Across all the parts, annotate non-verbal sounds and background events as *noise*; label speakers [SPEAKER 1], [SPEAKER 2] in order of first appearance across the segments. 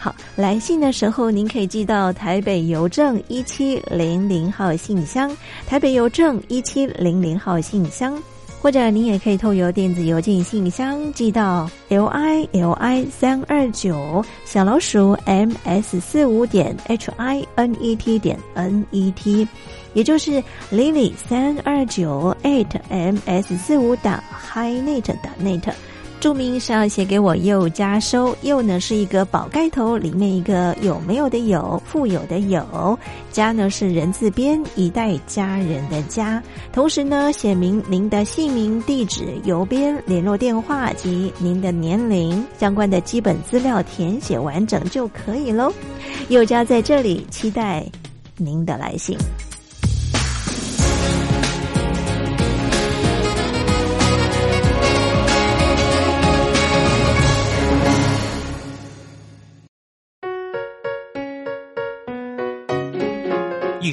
[SPEAKER 1] 好，来信的时候，您可以寄到台北邮政一七零零号信箱，台北邮政一七零零号信箱，或者您也可以透邮电子邮件信箱寄到 l i l i 三二九小老鼠 m s 四五点 h i n e t 点 n e t，也就是 lily 三二九 eight m s 四五打 highnet 打 net。注明是要写给我又加收，又呢是一个宝盖头里面一个有没有的有，富有的有，家呢是人字边一代家人的家，同时呢写明您的姓名、地址、邮编、联络电话及您的年龄相关的基本资料填写完整就可以喽。佑家在这里期待您的来信。
[SPEAKER 2] 一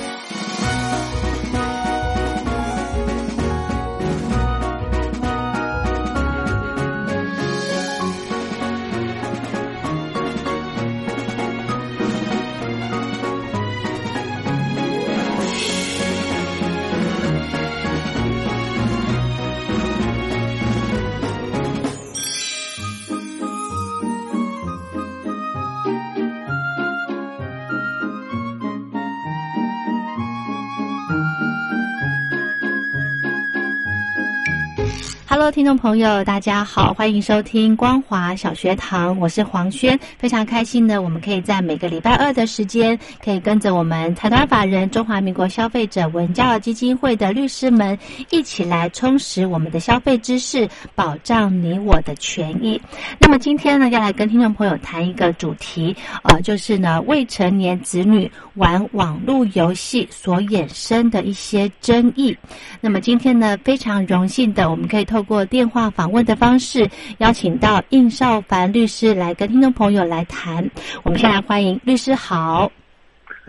[SPEAKER 3] Hello，听众朋友，大家好，欢迎收听光华小学堂，我是黄轩，非常开心呢，我们可以在每个礼拜二的时间，可以跟着我们财团法人中华民国消费者文教基金会的律师们一起来充实我们的消费知识，保障你我的权益。那么今天呢，要来跟听众朋友谈一个主题，呃，就是呢未成年子女玩网络游戏所衍生的一些争议。那么今天呢，非常荣幸的，我们可以透透过电话访问的方式，邀请到应少凡律师来跟听众朋友来谈。我们先来欢迎律师好，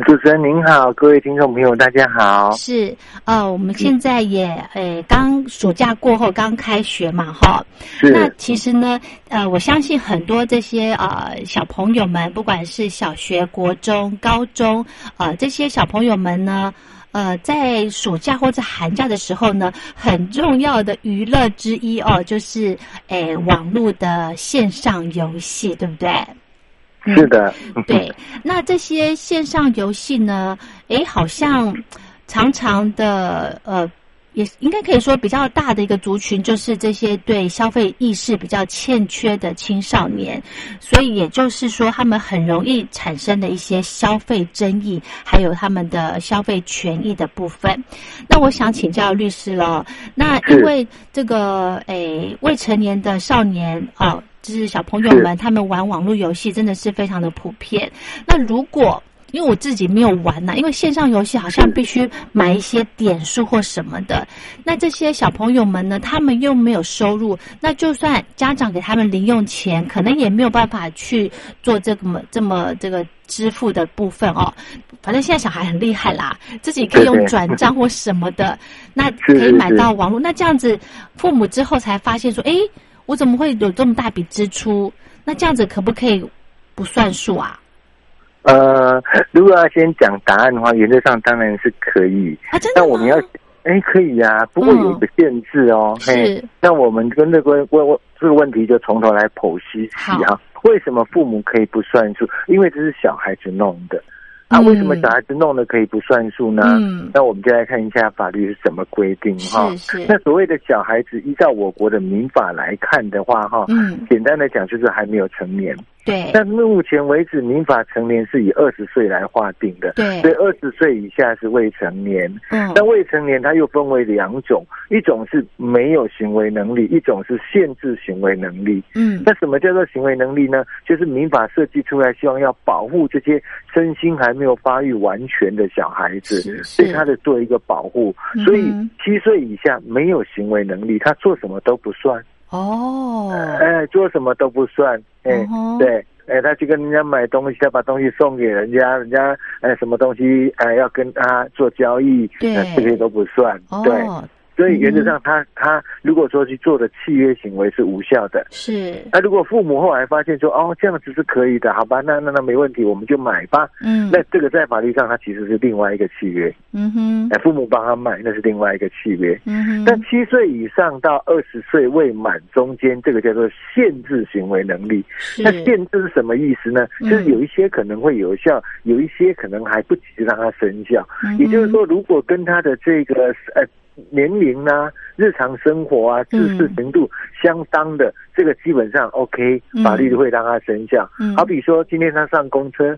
[SPEAKER 4] 主持人您好，各位听众朋友大家好。
[SPEAKER 3] 是呃，我们现在也呃刚暑假过后刚开学嘛哈，那
[SPEAKER 4] 是
[SPEAKER 3] 其实呢，呃，我相信很多这些呃小朋友们，不管是小学、国中、高中，呃，这些小朋友们呢。呃，在暑假或者寒假的时候呢，很重要的娱乐之一哦，就是诶网络的线上游戏，对不对？嗯
[SPEAKER 4] 是的，
[SPEAKER 3] 对，那这些线上游戏呢？诶，好像常常的呃，也应该可以说比较大的一个族群，就是这些对消费意识比较欠缺的青少年，所以也就是说，他们很容易产生的一些消费争议，还有他们的消费权益的部分。那我想请教律师了，那因为这个诶未成年的少年哦，就是小朋友们，他们玩网络游戏真的是非常的普遍。那如果因为我自己没有玩呐、因为线上游戏好像必须买一些点数或什么的。那这些小朋友们呢，他们又没有收入，那就算家长给他们零用钱，可能也没有办法去做这么这么这个支付的部分哦。反正现在小孩很厉害啦，自己可以用
[SPEAKER 4] 对对
[SPEAKER 3] 转账或什么的，那
[SPEAKER 4] 是
[SPEAKER 3] 可以
[SPEAKER 4] 是
[SPEAKER 3] 买
[SPEAKER 4] 是
[SPEAKER 3] 到网络。那这样子，父母之后才发现说，诶，我怎么会有这么大笔支出？那这样子可不可以不算数啊？
[SPEAKER 4] *laughs* 呃，如果要先讲答案的话，原则上当然是可以，
[SPEAKER 3] 啊，真的
[SPEAKER 4] 但
[SPEAKER 3] 吗？嗯
[SPEAKER 4] 我们要，哎，可以呀、不过有一个限制哦，嘿，
[SPEAKER 3] 是
[SPEAKER 4] 那我们跟这个问问这个问题就从头来剖析
[SPEAKER 3] 好
[SPEAKER 4] 起哈。为什么父母可以不算数？因为这是小孩子弄的。啊，为什么小孩子弄的可以不算数呢？
[SPEAKER 3] 嗯，
[SPEAKER 4] 那我们就来看一下法律是怎么规定哈。
[SPEAKER 3] 是是，
[SPEAKER 4] 那所谓的小孩子，依照我国的民法来看的话，哈，
[SPEAKER 3] 嗯，
[SPEAKER 4] 简单的讲就是还没有成年。
[SPEAKER 3] 对
[SPEAKER 4] 但目前为止，民法成年是以二十岁来划定的，
[SPEAKER 3] 对
[SPEAKER 4] 所以，二十岁以下是未成年。
[SPEAKER 3] 嗯
[SPEAKER 4] 那未成年它又分为两种，一种是没有行为能力，一种是限制行为能力。
[SPEAKER 3] 嗯
[SPEAKER 4] 那什么叫做行为能力呢？就是民法设计出来，希望要保护这些身心还没有发育完全的小孩子，
[SPEAKER 3] 是
[SPEAKER 4] 对
[SPEAKER 3] 是
[SPEAKER 4] 他的做一个保护。
[SPEAKER 3] 嗯
[SPEAKER 4] 所以
[SPEAKER 3] 哼
[SPEAKER 4] 七岁以下没有行为能力，他做什么都不算，
[SPEAKER 3] 哦，
[SPEAKER 4] 哎，做什么都不算，哎，
[SPEAKER 3] 嗯哼，
[SPEAKER 4] 对，哎，他去跟人家买东西，他把东西送给人家，人家哎什么东西哎要跟他做交易，
[SPEAKER 3] 对
[SPEAKER 4] 呃这些都不算，对，
[SPEAKER 3] 哦，
[SPEAKER 4] 所以原则
[SPEAKER 3] 嗯
[SPEAKER 4] 上他他如果说去做的契约行为是无效的。
[SPEAKER 3] 是，
[SPEAKER 4] 那、如果父母后来发现说哦这样子是可以的，好吧，那那那没问题，我们就买吧。
[SPEAKER 3] 嗯，
[SPEAKER 4] 那这个在法律上它其实是另外一个契约，
[SPEAKER 3] 嗯哼，
[SPEAKER 4] 哎，父母帮他买那是另外一个契约。
[SPEAKER 3] 嗯哼，
[SPEAKER 4] 但七岁以上到二十岁未满中间，这个叫做限制行为能力。
[SPEAKER 3] 是
[SPEAKER 4] 那限制是什么意思呢？
[SPEAKER 3] 嗯
[SPEAKER 4] 就是有一些可能会有效，有一些可能还不及让它生效。
[SPEAKER 3] 嗯
[SPEAKER 4] 也就是
[SPEAKER 3] 哼
[SPEAKER 4] 说，如果跟他的这个呃年龄啊、日常生活啊、自
[SPEAKER 3] 嗯
[SPEAKER 4] 视程度相当的，这个基本上 OK，
[SPEAKER 3] 嗯
[SPEAKER 4] 法律会让它生效。
[SPEAKER 3] 嗯
[SPEAKER 4] 好比说，今天他上公车。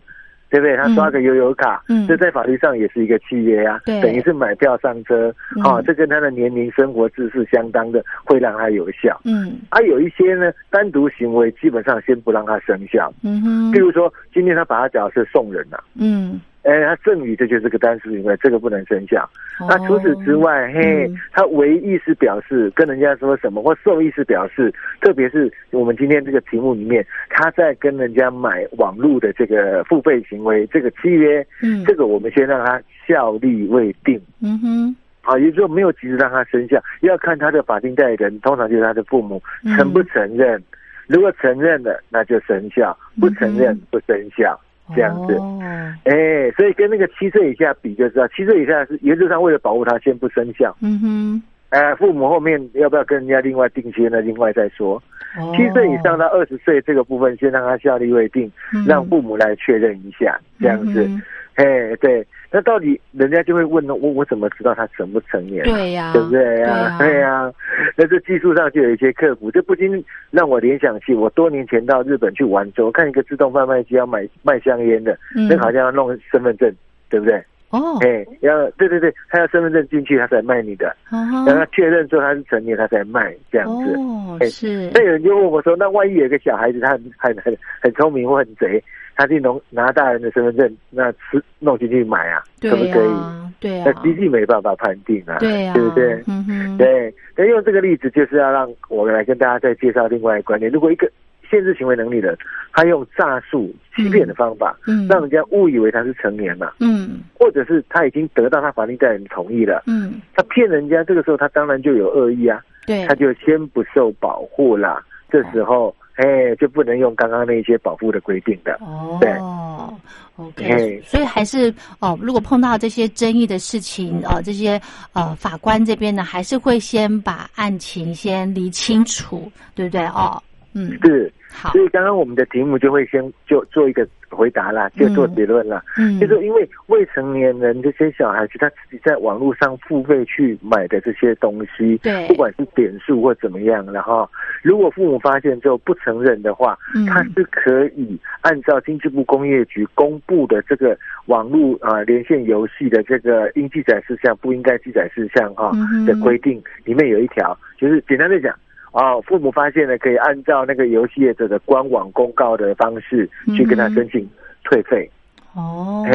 [SPEAKER 4] 对不对？他刷个悠游卡，
[SPEAKER 3] 嗯
[SPEAKER 4] 这在法律上也是一个契约啊，
[SPEAKER 3] 对
[SPEAKER 4] 等于是买票上车，
[SPEAKER 3] 嗯
[SPEAKER 4] 啊，这跟他的年龄、生活、知识相当的，会让他有效。
[SPEAKER 3] 嗯
[SPEAKER 4] 而有一些呢，单独行为基本上先不让他生效。
[SPEAKER 3] 嗯哼
[SPEAKER 4] 譬，如说，今天他把他脚是送人了、
[SPEAKER 3] 嗯，
[SPEAKER 4] 哎，他赠与这就是个单数行为，这个不能生效。那除此之
[SPEAKER 3] 哦，
[SPEAKER 4] 外，嘿
[SPEAKER 3] 嗯，
[SPEAKER 4] 他唯意思表示跟人家说什么，或受意思表示，特别是我们今天这个题目里面，他在跟人家买网络的这个付费行为，这个契约，
[SPEAKER 3] 嗯
[SPEAKER 4] 这个我们先让他效力未定。
[SPEAKER 3] 嗯哼，
[SPEAKER 4] 啊，也就是说没有及时让他生效，要看他的法定代理人，通常就是他的父母
[SPEAKER 3] 嗯
[SPEAKER 4] 承不承认。如果承认了，那就生效；不承认
[SPEAKER 3] 嗯
[SPEAKER 4] 不生效。这样子
[SPEAKER 3] 哦
[SPEAKER 4] 哎、所以跟那个七岁以下比就知道，七岁以下是原则上为了保护他，先不生效。
[SPEAKER 3] 嗯哼，
[SPEAKER 4] 哎、父母后面要不要跟人家另外定签呢？另外再说。
[SPEAKER 3] 哦
[SPEAKER 4] 七岁以上到二十岁这个部分，先让他效力未定，
[SPEAKER 3] 嗯
[SPEAKER 4] 让父母来确认一下，这样子。
[SPEAKER 3] 嗯哼
[SPEAKER 4] 哎、对，那到底人家就会问了，我我怎么知道他成不成年啊？
[SPEAKER 3] 对呀，
[SPEAKER 4] 对不对
[SPEAKER 3] 对啊
[SPEAKER 4] 呀、对呀、那这技术上就有一些克服，这不禁让我联想起我多年前到日本去玩的时候，看一个自动贩卖机要买卖香烟的，
[SPEAKER 3] 嗯
[SPEAKER 4] 那个好像要弄身份证，对不对？
[SPEAKER 3] 哦，
[SPEAKER 4] 哎、要对对对，他要身份证进去，他才卖你的，
[SPEAKER 3] 嗯哼
[SPEAKER 4] 让他确认说他是成年，他才卖这样子。
[SPEAKER 3] 哦，
[SPEAKER 4] 哎
[SPEAKER 3] 是
[SPEAKER 4] 那，有人就问我说：“那万一有一个小孩子，他很很很很聪明或很贼，他去弄拿大人的身份证，那吃弄进去买啊，
[SPEAKER 3] 对
[SPEAKER 4] 可不可以？
[SPEAKER 3] 呀，对呀
[SPEAKER 4] 那，机器没办法判定啊，
[SPEAKER 3] 对呀，
[SPEAKER 4] 对不对？
[SPEAKER 3] 嗯哼，
[SPEAKER 4] 对，那用这个例子就是要让我们来跟大家再介绍另外一个观念。如果一个限制行为能力的人，他用诈术、欺骗的方法，
[SPEAKER 3] 嗯，
[SPEAKER 4] 让人家误以为他是成年了，
[SPEAKER 3] 嗯
[SPEAKER 4] 或者是他已经得到他法定代理人同意了，
[SPEAKER 3] 嗯，
[SPEAKER 4] 他骗人家，这个时候他当然就有恶意啊，
[SPEAKER 3] 对，
[SPEAKER 4] 他就先不受保护啦。这时候，哎，就不能用刚刚那些保护的规定的。对
[SPEAKER 3] 哦，OK，
[SPEAKER 4] 嘿
[SPEAKER 3] 所以还是哦，如果碰到这些争议的事情，哦，这些呃法官这边呢，还是会先把案情先理清楚，对不对？哦，嗯，
[SPEAKER 4] 是，
[SPEAKER 3] 好，
[SPEAKER 4] 所以刚刚我们的题目就会先就做一个回答啦，就做结论啦。
[SPEAKER 3] 嗯，
[SPEAKER 4] 就是因为未成年人这些小孩子，他自己在网络上付费去买的这些东西，
[SPEAKER 3] 对
[SPEAKER 4] 不管是点数或怎么样，然后如果父母发现之后不承认的话，
[SPEAKER 3] 嗯
[SPEAKER 4] 他是可以按照经济部工业局公布的这个网络呃连线游戏的这个应记载事项、不应该记载事项哈、
[SPEAKER 3] 嗯哼
[SPEAKER 4] 的规定，里面有一条，就是简单的讲。哦，父母发现了，可以按照那个游戏业者的官网公告的方式去跟
[SPEAKER 3] 嗯
[SPEAKER 4] 他
[SPEAKER 3] 哼
[SPEAKER 4] 申请退费。哎
[SPEAKER 3] 哦，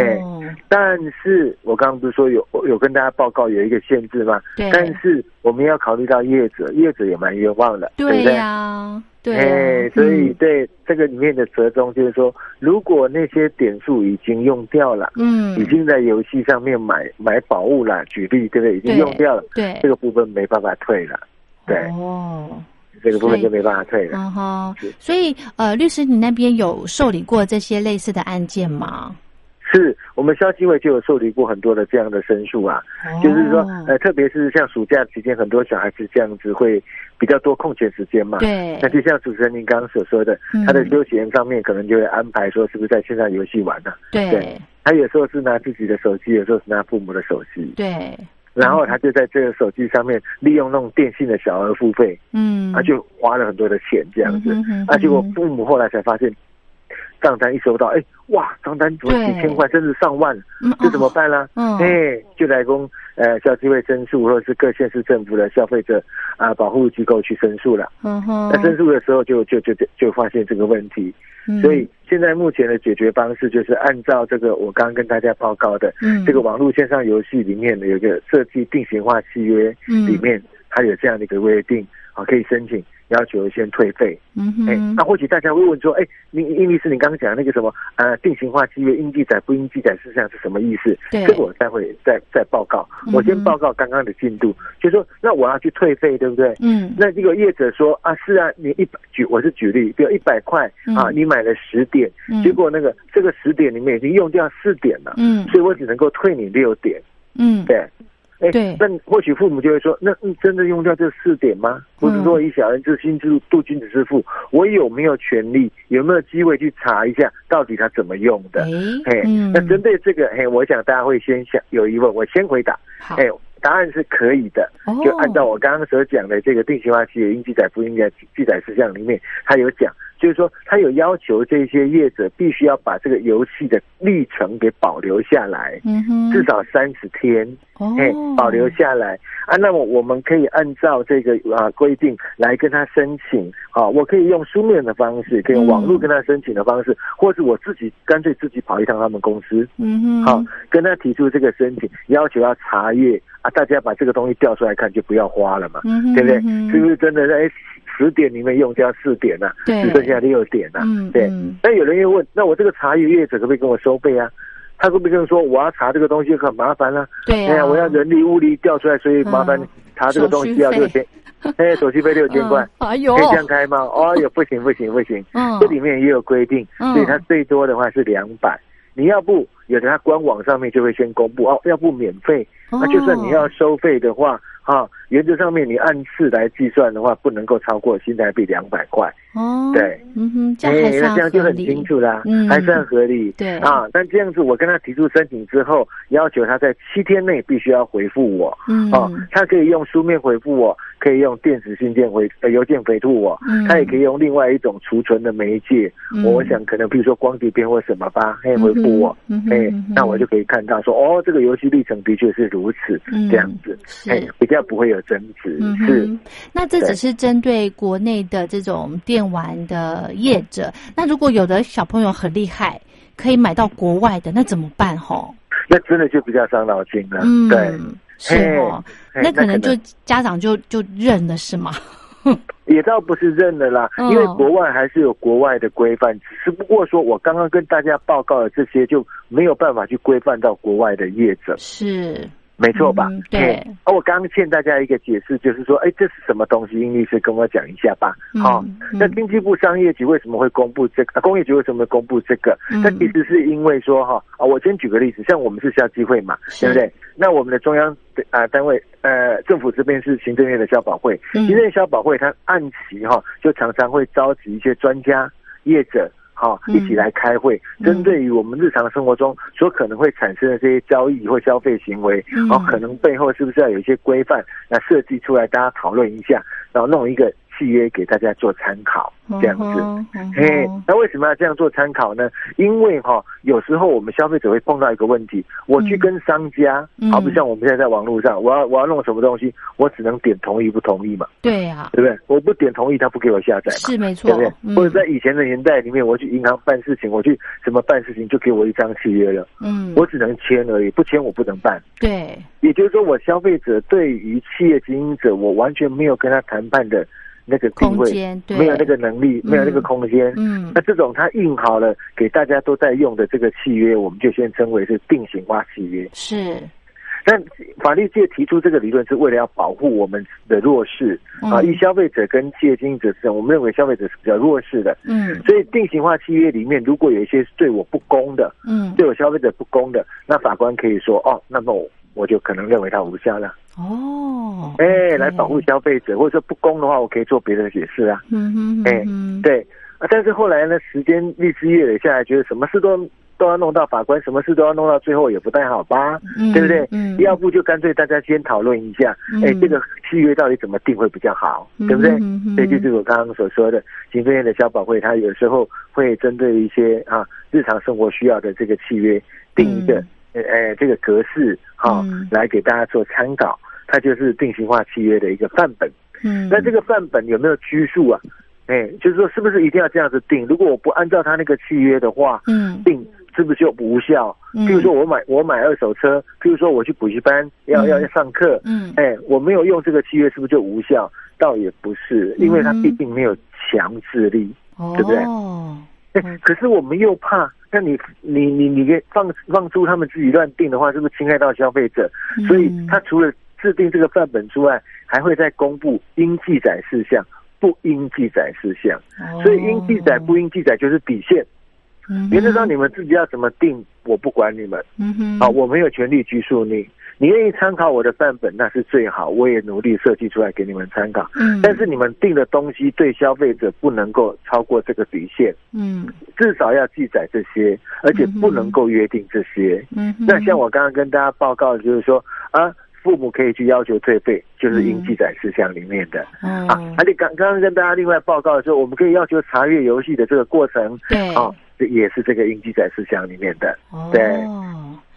[SPEAKER 4] 但是我刚刚不是说有有跟大家报告有一个限制吗？
[SPEAKER 3] 对
[SPEAKER 4] 但是我们要考虑到业者，业者也蛮冤枉的，对
[SPEAKER 3] 对
[SPEAKER 4] 不对？
[SPEAKER 3] 呀，对呀，
[SPEAKER 4] 哎，所以
[SPEAKER 3] 嗯
[SPEAKER 4] 对这个里面的折中就是说，如果那些点数已经用掉了，已
[SPEAKER 3] 嗯，
[SPEAKER 4] 经在游戏上面买买宝物了，举例对不对？已经
[SPEAKER 3] 对
[SPEAKER 4] 用掉了，
[SPEAKER 3] 对
[SPEAKER 4] 这，个部分没办法退了，对，
[SPEAKER 3] 哦，
[SPEAKER 4] 这个部分
[SPEAKER 3] 所以
[SPEAKER 4] 就没办法退了。
[SPEAKER 3] 嗯哼
[SPEAKER 4] 是，
[SPEAKER 3] 所以呃，律师，你那边有受理过这些类似的案件吗？
[SPEAKER 4] 是我们消基会就有受理过很多的这样的申诉啊，就是说
[SPEAKER 3] 哦，
[SPEAKER 4] 呃，特别是像暑假期间，很多小孩子这样子会比较多空闲时间嘛。。
[SPEAKER 3] 对
[SPEAKER 4] 那，就像主持人您刚刚所说的
[SPEAKER 3] 嗯，
[SPEAKER 4] 他的休闲上面可能就会安排说，是不是在线上游戏玩呢、
[SPEAKER 3] 对
[SPEAKER 4] 对，他有时候是拿自己的手机，有时候是拿父母的手机，
[SPEAKER 3] 对，
[SPEAKER 4] 然后他就在这个手机上面利用那种电信的小额付费，
[SPEAKER 3] 嗯，
[SPEAKER 4] 他啊就花了很多的钱
[SPEAKER 3] 这
[SPEAKER 4] 这样子。那结果父母后来才发现，账单一收到，哎，哇，账单怎么
[SPEAKER 3] 对
[SPEAKER 4] 几千块，甚至上万，
[SPEAKER 3] 嗯，
[SPEAKER 4] 这怎么办呢、
[SPEAKER 3] 哦？
[SPEAKER 4] 哎、
[SPEAKER 3] 嗯，
[SPEAKER 4] 就来供呃消基会申诉，或者是各县市政府的消费者啊、保护机构去申诉了。
[SPEAKER 3] 嗯哼，
[SPEAKER 4] 那申诉的时候就就就就就发现这个问题，
[SPEAKER 3] 嗯
[SPEAKER 4] 所以现在目前的解决方式就是按照这个我刚刚跟大家报告的
[SPEAKER 3] 嗯
[SPEAKER 4] 这个网络线上游戏里面的有一个设计定型化契约
[SPEAKER 3] 嗯
[SPEAKER 4] 里面，它有这样的一个规定啊，可以申请要求先退费。
[SPEAKER 3] 嗯
[SPEAKER 4] 哎、
[SPEAKER 3] 哼
[SPEAKER 4] 那，或许大家会问说，哎、你应律师，你刚刚讲那个什么呃定型化契约应记载不应记载事项是什么意思？
[SPEAKER 3] 对
[SPEAKER 4] 这个我待会再再报告
[SPEAKER 3] 嗯哼。
[SPEAKER 4] 我先报告刚刚的进度，就说那我要去退费，对不对？
[SPEAKER 3] 嗯，
[SPEAKER 4] 那这个业者说啊，是啊，你一百举我是举例，比如一百块啊，
[SPEAKER 3] 嗯
[SPEAKER 4] 你买了十点，
[SPEAKER 3] 嗯
[SPEAKER 4] 结果那个这个十点里面已经用掉四点了，
[SPEAKER 3] 嗯
[SPEAKER 4] 所以我只能够退你六点，
[SPEAKER 3] 嗯，
[SPEAKER 4] 对。哎
[SPEAKER 3] 对
[SPEAKER 4] 那或许父母就会说，那嗯真的用掉这四点
[SPEAKER 3] 嗯
[SPEAKER 4] 吗？或者说以小人之心度度君子之腹，我有没有权利，有没有机会去查一下到底他怎么用的？
[SPEAKER 3] 哎
[SPEAKER 4] 嘿，，
[SPEAKER 3] 嗯
[SPEAKER 4] 那针对这个，嘿，我想大家会先想有疑问，我先回答。
[SPEAKER 3] 好
[SPEAKER 4] 哎，答案是可以的，
[SPEAKER 3] 哦
[SPEAKER 4] 就按照我刚刚所讲的这个定型化契约应记载不应该记载事项里面，它有讲，就是说它有要求这些业者必须要把这个游戏的历程给保留下来，
[SPEAKER 3] 嗯哼，
[SPEAKER 4] 至少三十天，
[SPEAKER 3] 哦
[SPEAKER 4] 哎，保留下来啊。那么我们可以按照这个啊规定来跟他申请啊，我可以用书面的方式，可以用网络跟他申请的方式，或是我自己干脆自己跑一趟他们公司，
[SPEAKER 3] 嗯哼，
[SPEAKER 4] 好、跟他提出这个申请，要求要查阅啊，大家把这个东西调出来看，就不要花了嘛，
[SPEAKER 3] 嗯哼，
[SPEAKER 4] 对不对？
[SPEAKER 3] 嗯哼
[SPEAKER 4] 是不是真的？哎，十点里面用掉四点呢、
[SPEAKER 3] 对
[SPEAKER 4] 只剩下六点呢、
[SPEAKER 3] 嗯
[SPEAKER 4] 对
[SPEAKER 3] 嗯
[SPEAKER 4] 那有人又问，那我这个查阅业者可不可以跟我收费啊？他会不会跟我说我要查这个东西很麻烦啦、
[SPEAKER 3] 对啊
[SPEAKER 4] 哎呀，我要人力物力调出来，所以麻烦
[SPEAKER 3] 嗯
[SPEAKER 4] 查这个东西要
[SPEAKER 3] 手续
[SPEAKER 4] 六
[SPEAKER 3] 费
[SPEAKER 4] 千， *laughs* 哎，手续费六千块，
[SPEAKER 3] 嗯哎呦
[SPEAKER 4] 可以这样开吗？哦，也不行不行不行，
[SPEAKER 3] 嗯
[SPEAKER 4] 这里面也有规定，
[SPEAKER 3] 嗯
[SPEAKER 4] 所以它最多的话是两百。你要不有的它官网上面就会先公布哦，要不免费。
[SPEAKER 3] 哦
[SPEAKER 4] 那就算你要收费的话，哈、原则上面你按次来计算的话，不能够超过新台币两百块。
[SPEAKER 3] 哦，
[SPEAKER 4] 对，
[SPEAKER 3] 嗯哼，这
[SPEAKER 4] 哎，
[SPEAKER 3] 样还算
[SPEAKER 4] 那这样就
[SPEAKER 3] 合
[SPEAKER 4] 很
[SPEAKER 3] 理
[SPEAKER 4] 清楚啦，
[SPEAKER 3] 嗯
[SPEAKER 4] 还算合理。
[SPEAKER 3] 对
[SPEAKER 4] 啊，但这样子我跟他提出申请之后，要求他在七天内必须要回复我。
[SPEAKER 3] 嗯
[SPEAKER 4] 哦，他可以用书面回复我，可以用电子信件回呃邮件回复我，
[SPEAKER 3] 嗯
[SPEAKER 4] 他也可以用另外一种储存的媒介，
[SPEAKER 3] 嗯
[SPEAKER 4] 我想可能比如说光碟片或什么吧，可以回复我，
[SPEAKER 3] 嗯哼
[SPEAKER 4] 哎、
[SPEAKER 3] 嗯哼
[SPEAKER 4] 那我就可以看到说哦，这个游戏历程的确是如此、
[SPEAKER 3] 嗯
[SPEAKER 4] 这样子，
[SPEAKER 3] 是
[SPEAKER 4] 哎，比较不会有争执，
[SPEAKER 3] 嗯
[SPEAKER 4] 是
[SPEAKER 3] 哼，那这只
[SPEAKER 4] 对
[SPEAKER 3] 是针对国内的这种电玩的业者。那如果有的小朋友很厉害，可以买到国外的，那怎么办？吼，
[SPEAKER 4] 那真的就比较伤脑筋了，
[SPEAKER 3] 嗯，
[SPEAKER 4] 对，
[SPEAKER 3] 是哦，
[SPEAKER 4] 嘿
[SPEAKER 3] 那可
[SPEAKER 4] 那
[SPEAKER 3] 能
[SPEAKER 4] 可
[SPEAKER 3] 就
[SPEAKER 4] 能
[SPEAKER 3] 家长就就认了，是吗？
[SPEAKER 4] 也倒不是认了啦，
[SPEAKER 3] 嗯
[SPEAKER 4] 因为国外还是有国外的规范，只不过说我刚刚跟大家报告的这些就没有办法去规范到国外的业者。
[SPEAKER 3] 是，
[SPEAKER 4] 没错吧？
[SPEAKER 3] 嗯对
[SPEAKER 4] 嘿而、我刚刚欠大家一个解释，就是说，哎，这是什么东西？殷律师跟我讲一下吧。
[SPEAKER 3] 嗯
[SPEAKER 4] 好、那
[SPEAKER 3] 嗯
[SPEAKER 4] 经济部商业局为什么会公布这个？啊、工业局为什么会公布这个
[SPEAKER 3] 嗯？
[SPEAKER 4] 那、其实是因为说哈啊，我先举个例子，像我们是消基会嘛，
[SPEAKER 3] 是
[SPEAKER 4] 对不对？那我们的中央啊、呃、单位呃政府这边是行政院的消保会，
[SPEAKER 3] 嗯
[SPEAKER 4] 行政消保会它按期哈、就常常会召集一些专家业者。哈、
[SPEAKER 3] 嗯
[SPEAKER 4] 一起来开会，
[SPEAKER 3] 嗯
[SPEAKER 4] 针对于我们日常生活中所可能会产生的这些交易或消费行为，
[SPEAKER 3] 嗯
[SPEAKER 4] 然后哦可能背后是不是要有一些规范，来设计出来，大家讨论一下，然后弄一个契约给大家做参考，这样子。哎
[SPEAKER 3] 嗯哼
[SPEAKER 4] 嘿
[SPEAKER 3] 嗯哼，
[SPEAKER 4] 那为什么要这样做参考呢？因为哈、有时候我们消费者会碰到一个问题，我去跟商家，
[SPEAKER 3] 嗯
[SPEAKER 4] 好比像我们现在在网络上，我要我要弄什么东西，我只能点同意不同意嘛，
[SPEAKER 3] 对啊，
[SPEAKER 4] 对不对？我不点同意，他不给我下载嘛，
[SPEAKER 3] 是没错
[SPEAKER 4] 对不对？，
[SPEAKER 3] 嗯
[SPEAKER 4] 或者在以前的年代里面，我去银行办事情，我去什么办事情，就给我一张契约了，
[SPEAKER 3] 嗯，
[SPEAKER 4] 我只能签而已，不签我不能办。
[SPEAKER 3] 对，
[SPEAKER 4] 也就是说，我消费者对于企业经营者，我完全没有跟他谈判的那个地
[SPEAKER 3] 空
[SPEAKER 4] 位，
[SPEAKER 3] 间对，
[SPEAKER 4] 没有那个能力，
[SPEAKER 3] 嗯
[SPEAKER 4] 没有那个空间。
[SPEAKER 3] 嗯
[SPEAKER 4] 那这种他印好了，给大家都在用的这个契约，我们就先称为是定型化契约。
[SPEAKER 3] 是
[SPEAKER 4] 但法律界提出这个理论，是为了要保护我们的弱势啊，
[SPEAKER 3] 嗯
[SPEAKER 4] 以消费者跟企业经营者之间，我们认为消费者是比较弱势的。
[SPEAKER 3] 嗯
[SPEAKER 4] 所以定型化契约里面，如果有一些对我不公的，
[SPEAKER 3] 嗯
[SPEAKER 4] 对我消费者不公的，那法官可以说哦，那么我我就可能认为它无效了。
[SPEAKER 3] 哦，
[SPEAKER 4] 哎、
[SPEAKER 3] OK
[SPEAKER 4] 来保护，消费者，或者说不公的话，我可以做别的解释啊。
[SPEAKER 3] 嗯哼
[SPEAKER 4] 哎
[SPEAKER 3] 嗯哼，
[SPEAKER 4] 对啊，但是后来呢，时间日积月累下来，觉得什么事都都要弄到法官，什么事都要弄到最后，也不太好吧？
[SPEAKER 3] 嗯
[SPEAKER 4] 对不对
[SPEAKER 3] 嗯，
[SPEAKER 4] 要不就干脆大家先讨论一下，
[SPEAKER 3] 嗯
[SPEAKER 4] 哎、这个契约到底怎么定会比较好，对不对？
[SPEAKER 3] 嗯哼
[SPEAKER 4] 所以就是我刚刚所说的，行政院的消保会，它有时候会针对一些啊日常生活需要的这个契约，定一个、呃呃这个格式哈、
[SPEAKER 3] 嗯
[SPEAKER 4] 来给大家做参考，它就是定型化契约的一个范本。
[SPEAKER 3] 嗯，
[SPEAKER 4] 那这个范本有没有拘束啊？哎，就是说是不是一定要这样子定？如果我不按照他那个契约的话，
[SPEAKER 3] 嗯
[SPEAKER 4] 定是不是就无效？
[SPEAKER 3] 嗯
[SPEAKER 4] 譬如说我买我买二手车，譬如说我去补习班要、
[SPEAKER 3] 嗯
[SPEAKER 4] 要上课，
[SPEAKER 3] 嗯
[SPEAKER 4] 哎，我没有用这个契约是不是就无效？倒也不是，因为它
[SPEAKER 3] 嗯
[SPEAKER 4] 毕竟没有强制力。
[SPEAKER 3] 哦
[SPEAKER 4] 对不对哎
[SPEAKER 3] 嗯，
[SPEAKER 4] 可是我们又怕，那你你你你给放放出他们自己乱定的话，是不是侵害到消费者？所以
[SPEAKER 3] 嗯
[SPEAKER 4] 他除了制定这个范本之外，还会再公布应记载事项、不应记载事项。
[SPEAKER 3] 哦
[SPEAKER 4] 所以应记载不应记载就是底线。原则上你们自己要怎么定，我不管你们
[SPEAKER 3] 嗯哼
[SPEAKER 4] 啊，我没有权利拘束你。你愿意参考我的范本，那是最好，我也努力设计出来给你们参考。
[SPEAKER 3] 嗯
[SPEAKER 4] 但是你们定的东西对消费者不能够超过这个底线，
[SPEAKER 3] 嗯
[SPEAKER 4] 至少要记载这些，而且不能够约定这些。
[SPEAKER 3] 嗯哼，
[SPEAKER 4] 那像我刚刚跟大家报告，的就是说啊，父母可以去要求退费，就是应记载事项里面的、
[SPEAKER 3] 嗯哦
[SPEAKER 4] 啊。而且刚刚刚跟大家另外报告的时候，我们可以要求查阅游戏的这个过程，
[SPEAKER 3] 对
[SPEAKER 4] 啊，这也是这个应记载事项里面的。
[SPEAKER 3] 哦
[SPEAKER 4] 对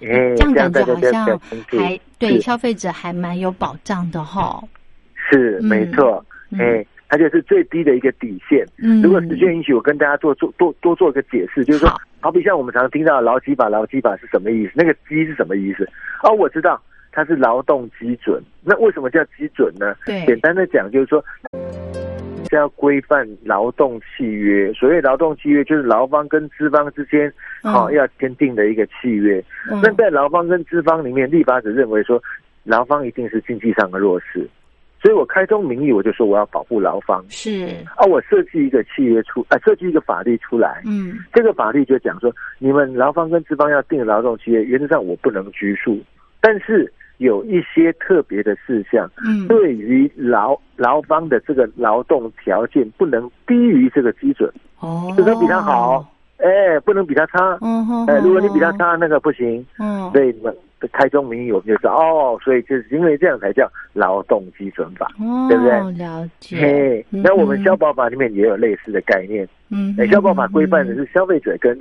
[SPEAKER 4] 哎
[SPEAKER 3] 这样感觉
[SPEAKER 4] 大
[SPEAKER 3] 好像
[SPEAKER 4] 家比较清楚
[SPEAKER 3] 还对
[SPEAKER 4] 是
[SPEAKER 3] 消费者还蛮有保障的哈。
[SPEAKER 4] 是
[SPEAKER 3] 嗯
[SPEAKER 4] 没错，
[SPEAKER 3] 嗯
[SPEAKER 4] 哎，它就是最低的一个底线。
[SPEAKER 3] 嗯，
[SPEAKER 4] 如果时间允许，我跟大家做做多多做一个解释，就是说
[SPEAKER 3] 好，
[SPEAKER 4] 好比像我们常听到“劳基法”，“劳基法”是什么意思？那个“基”是什么意思？哦，我知道，它是劳动基准。那为什么叫基准呢？
[SPEAKER 3] 对
[SPEAKER 4] 简单的讲，就是说是要规范劳动契约。所谓劳动契约，就是劳方跟资方之间
[SPEAKER 3] 嗯
[SPEAKER 4] 哦要签订的一个契约。
[SPEAKER 3] 嗯
[SPEAKER 4] 那在劳方跟资方里面，立法者认为说，劳方一定是经济上的弱势，所以我开宗明义我就说我要保护劳方。
[SPEAKER 3] 是
[SPEAKER 4] 啊，我设计一个契约出，啊，设计一个法律出来。
[SPEAKER 3] 嗯
[SPEAKER 4] 这个法律就讲说，你们劳方跟资方要订劳动契约，原则上我不能拘束，但是有一些特别的事项，
[SPEAKER 3] 嗯
[SPEAKER 4] 对于劳劳方的这个劳动条件不能低于这个基准，
[SPEAKER 3] 哦，
[SPEAKER 4] 只能比他好，哎，不能比他差。
[SPEAKER 3] 嗯哼，
[SPEAKER 4] 哎，如果你比他差，那个不行。
[SPEAKER 3] 嗯，
[SPEAKER 4] 所以你们开宗明义，我们就知道哦，所以就是因为这样才叫劳动基准法。
[SPEAKER 3] 哦，
[SPEAKER 4] 对不对
[SPEAKER 3] 了解，
[SPEAKER 4] 嘿，
[SPEAKER 3] 嗯
[SPEAKER 4] 那我们
[SPEAKER 3] 嗯
[SPEAKER 4] 消保法里面也有类似的概念。
[SPEAKER 3] 嗯
[SPEAKER 4] 哎，
[SPEAKER 3] 哼，
[SPEAKER 4] 消保法规范的是消费者跟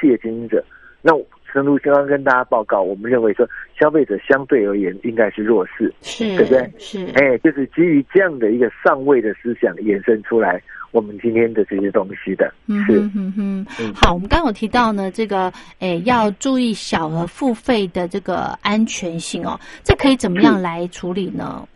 [SPEAKER 4] 企业经营者。那诚如刚刚跟大家报告，我们认为说消费者相对而言应该是弱势，
[SPEAKER 3] 是，
[SPEAKER 4] 对不对？
[SPEAKER 3] 是，
[SPEAKER 4] 哎，就是基于这样的一个上位的思想衍生出来我们今天的这些东西的，
[SPEAKER 3] 嗯
[SPEAKER 4] 是
[SPEAKER 3] 哼哼哼
[SPEAKER 4] 嗯
[SPEAKER 3] 好，我们刚刚有提到呢，这个诶要注意小额付费的这个安全性哦，这可以怎么样来处理呢？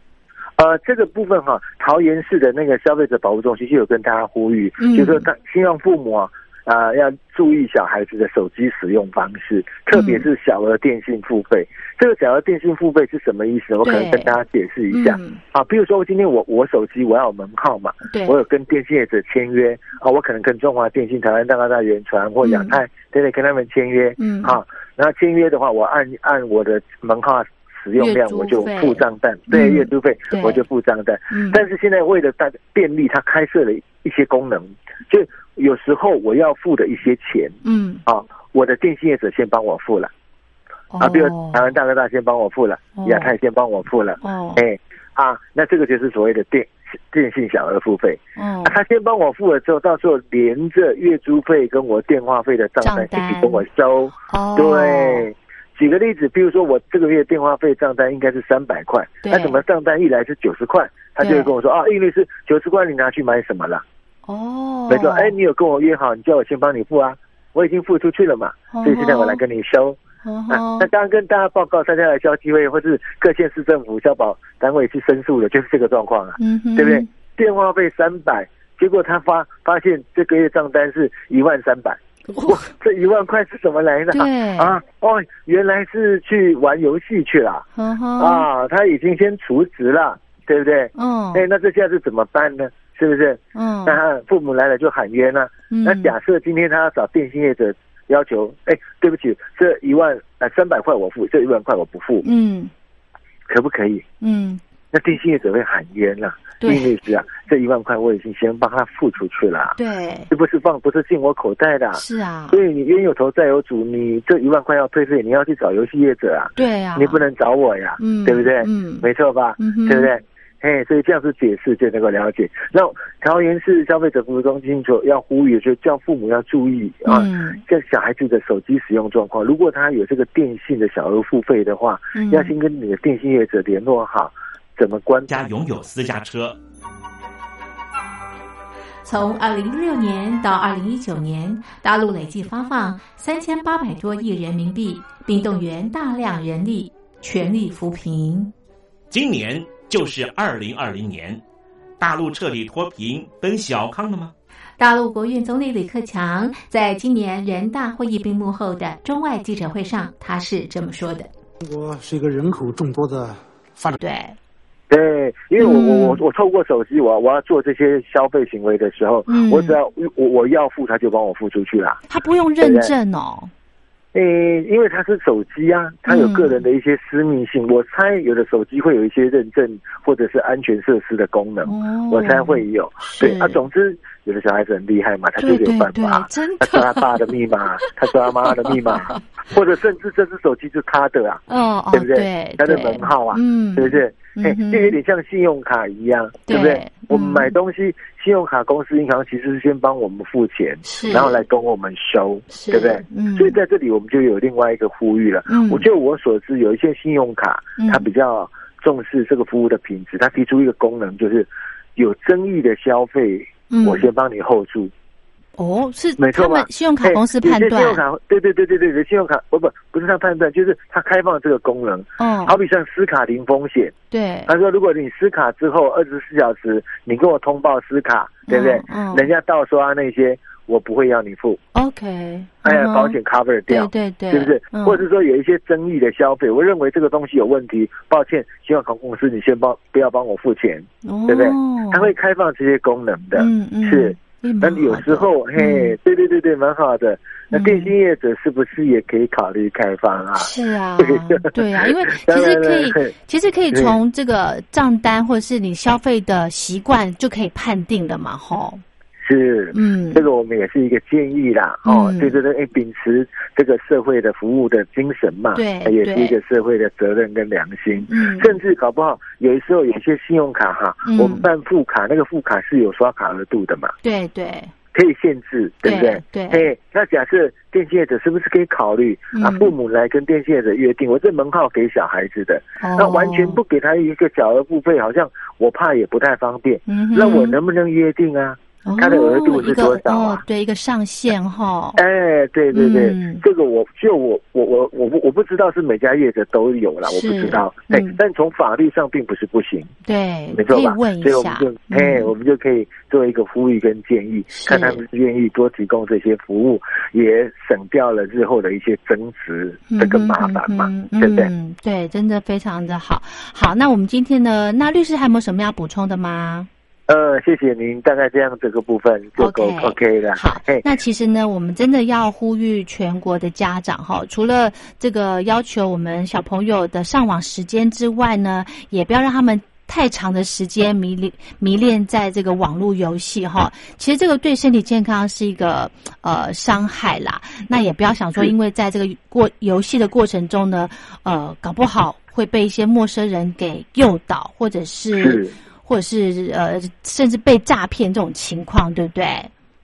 [SPEAKER 4] 呃，这个部分哈、桃园市的那个消费者保护中心就有跟大家呼吁，
[SPEAKER 3] 嗯
[SPEAKER 4] 就是说，当希望父母啊、啊要注意小孩子的手机使用方式，特别是小额电信付费。这个小额电信付费是什么意思呢？我可能
[SPEAKER 3] 嗯对
[SPEAKER 4] 跟大家解释一下。
[SPEAKER 3] 嗯，
[SPEAKER 4] 啊，比如说今天我我手机我要有门号嘛，
[SPEAKER 3] 对，
[SPEAKER 4] 我有跟电信业者签约啊，我可能跟中华电信、台湾蛋糕大原传或亚太等等跟他们签约，
[SPEAKER 3] 嗯
[SPEAKER 4] 啊，然后签约的话，我按按我的门号使使用量我就付账单，对，
[SPEAKER 3] 嗯
[SPEAKER 4] 月租费
[SPEAKER 3] 对
[SPEAKER 4] 我就付账单。
[SPEAKER 3] 嗯，
[SPEAKER 4] 但是现在为了大家便利，它开设了一些功能，就有时候我要付的一些钱
[SPEAKER 3] 嗯
[SPEAKER 4] 啊，我的电信业者先帮我付了
[SPEAKER 3] 哦
[SPEAKER 4] 啊，比如台湾大哥大先帮我付了，亚太先帮我付了，
[SPEAKER 3] 哦
[SPEAKER 4] 哎啊，那这个就是所谓的电电信小额付费。
[SPEAKER 3] 哦
[SPEAKER 4] 啊他先帮我付了之后，到时候连着月租费跟我电话费的账单
[SPEAKER 3] 账单
[SPEAKER 4] 一起跟我收。
[SPEAKER 3] 哦，
[SPEAKER 4] 对，举个例子，比如说我这个月电话费账单应该是三百块，
[SPEAKER 3] 对
[SPEAKER 4] 那怎么账单一来是九十块？他就会跟我说啊，因为是九十块，你拿去买什么了？
[SPEAKER 3] 哦，
[SPEAKER 4] 没错，哎，你有跟我约好，你叫我先帮你付啊，我已经付出去了嘛，
[SPEAKER 3] 哦，
[SPEAKER 4] 所以现在我来跟你收。
[SPEAKER 3] 哦
[SPEAKER 4] 啊，那刚刚跟大家报告，参加来消基会或是各县市政府消保单位去申诉的，就是这个状况啊。
[SPEAKER 3] 嗯哼，
[SPEAKER 4] 对不对？电话费三百，结果他发发现这个月账单是一万三百，哇，这一万块是怎么来的？
[SPEAKER 3] 对
[SPEAKER 4] 啊，哦，原来是去玩游戏去了、
[SPEAKER 3] 呵呵，
[SPEAKER 4] 啊，他已经先除职了，对不对？
[SPEAKER 3] 嗯，
[SPEAKER 4] 哎、那这下是怎么办呢？是不是？
[SPEAKER 3] 嗯，
[SPEAKER 4] 啊那他父母来了就喊冤了、
[SPEAKER 3] 嗯
[SPEAKER 4] 那假设今天他要找电信业者要求，哎，对不起，这一万呃三百块我付，这一万块我不付，
[SPEAKER 3] 嗯
[SPEAKER 4] 可不可以？
[SPEAKER 3] 嗯，
[SPEAKER 4] 那电信业者会喊冤了、
[SPEAKER 3] 对
[SPEAKER 4] 因为是啊，这一万块我已经先帮他付出去了，
[SPEAKER 3] 对，
[SPEAKER 4] 这不是放不是进我口袋的啊、
[SPEAKER 3] 是啊，
[SPEAKER 4] 所以你冤有头债有主，你这一万块要退费，你要去找游戏业者啊，
[SPEAKER 3] 对啊，
[SPEAKER 4] 你不，能找我呀，
[SPEAKER 3] 嗯，
[SPEAKER 4] 对不对？
[SPEAKER 3] 嗯，
[SPEAKER 4] 没错吧？
[SPEAKER 3] 嗯哼
[SPEAKER 4] 对不对？哎，所以这样子解释就能够了解。那桃园市消费者服务中心所要呼吁，就叫父母要注意啊，
[SPEAKER 3] 嗯
[SPEAKER 4] 像小孩子的手机使用状况，如果他有这个电信的小额付费的话，
[SPEAKER 3] 嗯，
[SPEAKER 4] 要先跟你的电信业者联络好，怎么关
[SPEAKER 5] 家拥有私家车。
[SPEAKER 6] 从二零六年到二零一九年，大陆累计发放三千八百多亿人民币，并动员大量人力，全力扶贫。
[SPEAKER 5] 今年就是二零二零年，大陆彻底脱贫奔小康了吗？
[SPEAKER 6] 大陆国务院总理李克强在今年人大会议闭幕后的中外记者会上，他是这么说的：
[SPEAKER 7] 中国是一个人口众多的发展，
[SPEAKER 6] 对，
[SPEAKER 4] 对，因为我
[SPEAKER 3] 嗯
[SPEAKER 4] 我我我透过手机，我我要做这些消费行为的时候，
[SPEAKER 3] 嗯
[SPEAKER 4] 我只要我我要付，他就帮我付出去啦。
[SPEAKER 3] 他不用认证哦，
[SPEAKER 4] 诶，呃因为它是手机啊，它有个人的一些私密性，
[SPEAKER 3] 嗯
[SPEAKER 4] 我猜有的手机会有一些认证或者是安全设施的功能，
[SPEAKER 3] 哦，
[SPEAKER 4] 我猜会有。
[SPEAKER 3] 是
[SPEAKER 4] 对啊，总之有的小孩子很厉害嘛，他就
[SPEAKER 3] 对
[SPEAKER 4] 是有
[SPEAKER 3] 对
[SPEAKER 4] 办
[SPEAKER 3] 对
[SPEAKER 4] 法，。
[SPEAKER 3] 真
[SPEAKER 4] 他抓
[SPEAKER 3] 的，
[SPEAKER 4] 他爸的密码，
[SPEAKER 3] *laughs*
[SPEAKER 4] 他抓他妈的密码，或者甚至这只手机是他的啊，
[SPEAKER 3] 哦哦，
[SPEAKER 4] 对不对
[SPEAKER 3] 对，
[SPEAKER 4] 他的
[SPEAKER 3] 对
[SPEAKER 4] 门号啊
[SPEAKER 3] 嗯，
[SPEAKER 4] 对不对？哎、
[SPEAKER 3] 嗯哼
[SPEAKER 4] 就有点像信用卡一样，对不
[SPEAKER 3] 对
[SPEAKER 4] 对？我们
[SPEAKER 3] 嗯
[SPEAKER 4] 买东西，信用卡公司、银行其实是先帮我们付钱，
[SPEAKER 3] 是，
[SPEAKER 4] 然后来跟我们收，
[SPEAKER 3] 是，
[SPEAKER 4] 对不对？
[SPEAKER 3] 嗯，
[SPEAKER 4] 所以在这里我们就有另外一个呼吁了。
[SPEAKER 3] 嗯，
[SPEAKER 4] 我就我所知，有一些信用卡
[SPEAKER 3] 嗯
[SPEAKER 4] 它比较重视这个服务的品质，它提出一个功能就是。有争议的消费，
[SPEAKER 3] 嗯
[SPEAKER 4] 我先帮你 hold 住。
[SPEAKER 3] 哦，是
[SPEAKER 4] 没错
[SPEAKER 3] 他们
[SPEAKER 4] 吧
[SPEAKER 3] 信用卡公司
[SPEAKER 4] 嘿有
[SPEAKER 3] 判
[SPEAKER 4] 些信
[SPEAKER 3] 断
[SPEAKER 4] 用，卡，对对对对对，有些信用卡不不不是他判断，就是他开放这个功能。
[SPEAKER 3] 哦，
[SPEAKER 4] 好比像撕卡零风险，
[SPEAKER 3] 对，
[SPEAKER 4] 他说如果你撕卡之后二十四小时，你跟我通报撕卡，对不对？
[SPEAKER 3] 嗯嗯
[SPEAKER 4] 人家盗刷啊那些，我不会要你付，
[SPEAKER 3] OK，
[SPEAKER 4] 哎呀，
[SPEAKER 3] 嗯哼
[SPEAKER 4] 保险 cover 掉。
[SPEAKER 3] 对对
[SPEAKER 4] 是不是？
[SPEAKER 3] 嗯
[SPEAKER 4] 或者说有一些争议的消费，我认为这个东西有问题，抱歉，希望航空公司你先帮不要帮我付钱，对不对
[SPEAKER 3] 哦
[SPEAKER 4] 它会开放这些功能的。
[SPEAKER 3] 嗯嗯
[SPEAKER 4] 是，
[SPEAKER 3] 也蛮
[SPEAKER 4] 但有
[SPEAKER 3] 好
[SPEAKER 4] 时
[SPEAKER 3] 的
[SPEAKER 4] 候，嘿，对对对对，蛮好的。那
[SPEAKER 3] 嗯
[SPEAKER 4] 电信业者是不是也可以考虑开放啊？
[SPEAKER 3] 是
[SPEAKER 4] *laughs*
[SPEAKER 3] 啊，对啊，因为其
[SPEAKER 4] 当
[SPEAKER 3] 实
[SPEAKER 4] 然
[SPEAKER 3] 可
[SPEAKER 4] 了
[SPEAKER 3] 以
[SPEAKER 4] 嘿，
[SPEAKER 3] 其实可以
[SPEAKER 4] 对
[SPEAKER 3] 从这个账单或者是你消费的习惯就可以判定的嘛，吼，
[SPEAKER 4] 是，
[SPEAKER 3] 嗯
[SPEAKER 4] 这，个我们也是一个建议啦，哦
[SPEAKER 3] 嗯，
[SPEAKER 4] 对对对，哎，秉持这个社会的服务的精神嘛，哎
[SPEAKER 3] 对
[SPEAKER 4] 也是
[SPEAKER 3] 对
[SPEAKER 4] 一个社会的责任跟良心。
[SPEAKER 3] 嗯
[SPEAKER 4] 甚至搞不好，有时候有些信用卡哈，
[SPEAKER 3] 嗯
[SPEAKER 4] 我们办副卡，那个副卡是有刷卡额度的嘛，
[SPEAKER 3] 对对
[SPEAKER 4] 可以限制，对不对？
[SPEAKER 3] 对对
[SPEAKER 4] 哎，那假设电信业者是不是可以考虑啊
[SPEAKER 3] 嗯？
[SPEAKER 4] 父母来跟电信业者约定，我这门号给小孩子的，
[SPEAKER 3] 哦
[SPEAKER 4] 哎那完全不给他一个小额付费，好像我怕也不太方便。
[SPEAKER 3] 嗯哼，
[SPEAKER 4] 那我能不能约定啊？它的额度
[SPEAKER 3] 哦
[SPEAKER 4] 是
[SPEAKER 3] 一个
[SPEAKER 4] 多少啊
[SPEAKER 3] 哦，对，一个上限哈，
[SPEAKER 4] 哎，对对对，
[SPEAKER 3] 嗯
[SPEAKER 4] 这个我就我我我我不我不知道是每家业者都有啦，
[SPEAKER 3] 是
[SPEAKER 4] 我不知道。
[SPEAKER 3] 嗯
[SPEAKER 4] 哎，但从法律上并不是不行，
[SPEAKER 3] 对，
[SPEAKER 4] 没
[SPEAKER 3] 可
[SPEAKER 4] 错
[SPEAKER 3] 以
[SPEAKER 4] 吧？
[SPEAKER 3] 问一
[SPEAKER 4] 所以我们
[SPEAKER 3] 下
[SPEAKER 4] 就，
[SPEAKER 3] 嗯
[SPEAKER 4] 哎，我们就可以做一个呼吁跟建议，
[SPEAKER 3] 是
[SPEAKER 4] 看他们愿意多提供这些服务，也省掉了日后的一些争执这个麻烦嘛，
[SPEAKER 3] 嗯
[SPEAKER 4] 对不对？
[SPEAKER 3] 嗯，对，真的非常的好。好，那我们今天呢，那律师还有没有什么要补充的吗？
[SPEAKER 4] 呃，谢谢您，大概这样这个部分就够
[SPEAKER 3] OK
[SPEAKER 4] OK 了。
[SPEAKER 3] 好
[SPEAKER 4] 嘿，
[SPEAKER 3] 那其实呢，我们真的要呼吁全国的家长哈，除了这个要求我们小朋友的上网时间之外呢，也不要让他们。太长的时间迷恋迷恋在这个网络游戏哈，其实这个对身体健康是一个呃伤害啦。那也不要想说，因为在这个过游戏的过程中呢，呃，搞不好会被一些陌生人给诱导，或者是
[SPEAKER 4] 是
[SPEAKER 3] 或者是呃，甚至被诈骗这种情况，对不对？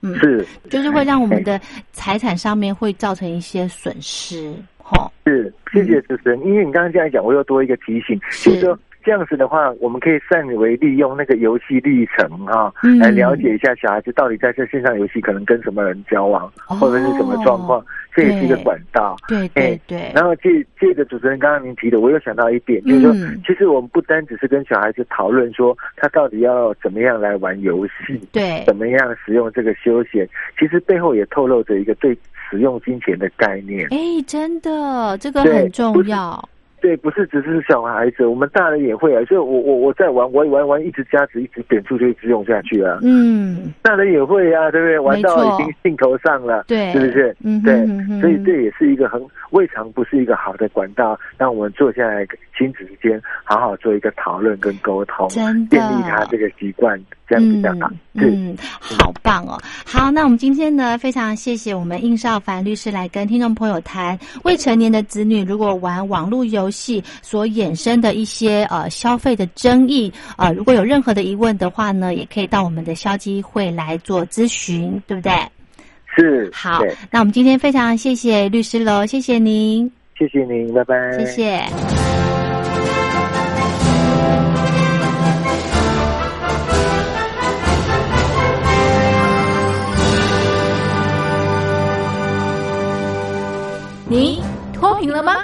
[SPEAKER 3] 嗯，
[SPEAKER 4] 是
[SPEAKER 3] 就是会让我们的财产上面会造成一些损失，吼，
[SPEAKER 4] 是，谢谢主持人。因为你刚刚这样讲，我又多一个提醒，
[SPEAKER 3] 嗯是
[SPEAKER 4] 就是说这样子的话，我们可以善为利用那个游戏历程哈、
[SPEAKER 3] 嗯
[SPEAKER 4] 来了解一下小孩子到底在这线上游戏可能跟什么人交往，
[SPEAKER 3] 哦
[SPEAKER 4] 或者是什么状况，这也是一个
[SPEAKER 3] 对
[SPEAKER 4] 管道。
[SPEAKER 3] 对对对，
[SPEAKER 4] 然后借借着主持人刚刚您提的，我又想到一点，就是说，
[SPEAKER 3] 嗯
[SPEAKER 4] 其实我们不单只是跟小孩子讨论说他到底要怎么样来玩游戏，
[SPEAKER 3] 对
[SPEAKER 4] 怎么样使用这个休闲，其实背后也透露着一个对使用金钱的概念。
[SPEAKER 3] 哎，真的，这个
[SPEAKER 4] 对
[SPEAKER 3] 很
[SPEAKER 4] 不
[SPEAKER 3] 重
[SPEAKER 4] 是
[SPEAKER 3] 要，
[SPEAKER 4] 对，不是只是小孩子，我们大人也会啊。所以我我我在玩，玩一玩玩，一直加值，一直点数就一直用下去啊。
[SPEAKER 3] 嗯，
[SPEAKER 4] 大人也会啊，对不对？玩
[SPEAKER 3] 没
[SPEAKER 4] 到
[SPEAKER 3] 错
[SPEAKER 4] 已经兴头上了，
[SPEAKER 3] 对，
[SPEAKER 4] 是不是？
[SPEAKER 3] 嗯
[SPEAKER 4] 对
[SPEAKER 3] 哼嗯哼
[SPEAKER 4] 所以这也是一个很未尝不是一个好的管道，让我们坐下来亲子之间好好做一个讨论跟沟通，
[SPEAKER 3] 真的
[SPEAKER 4] 建立他这个习惯，这样比较好。对，
[SPEAKER 3] 嗯，好棒哦！好，那我们今天呢，非常谢谢我们应少凡律师来跟听众朋友谈未成年的子女如果玩网络游戏所衍生的一些呃消费的争议，呃，如果有任何的疑问的话呢，也可以到我们的消基会来做咨询，对不对？
[SPEAKER 4] 是
[SPEAKER 3] 好
[SPEAKER 4] 对，
[SPEAKER 3] 那我们今天非常谢谢律师喽，谢谢您，
[SPEAKER 4] 谢谢您，拜拜。
[SPEAKER 3] 谢谢。
[SPEAKER 6] 您脱贫了吗？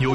[SPEAKER 8] 有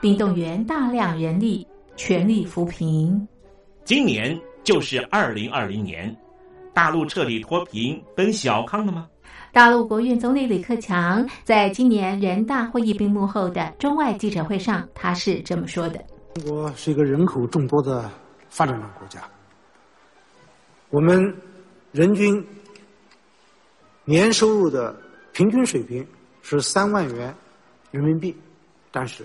[SPEAKER 6] 并动员大量人力，全力扶贫。
[SPEAKER 5] 今年就是二零二零年，大陆彻底脱贫奔小康了吗？
[SPEAKER 6] 大陆国务院总理李克强在今年人大会议闭幕后的中外记者会上，他是这么说的：“
[SPEAKER 7] 中国是一个人口众多的发展中国家，我们人均年收入的平均水平是三万元人民币，但是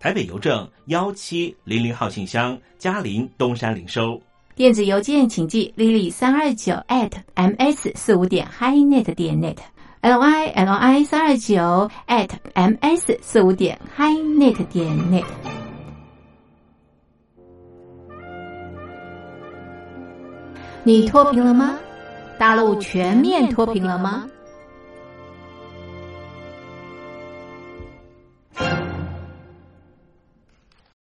[SPEAKER 5] 台北邮政幺七零零号信箱，嘉陵东山零收。
[SPEAKER 6] 电子邮件请寄 lily 三二九 at m s 四五点 highnet 点 net l y l y 三二九 at m s 四五点 highnet 点 net。你脱贫了吗？大陆全面脱贫了吗？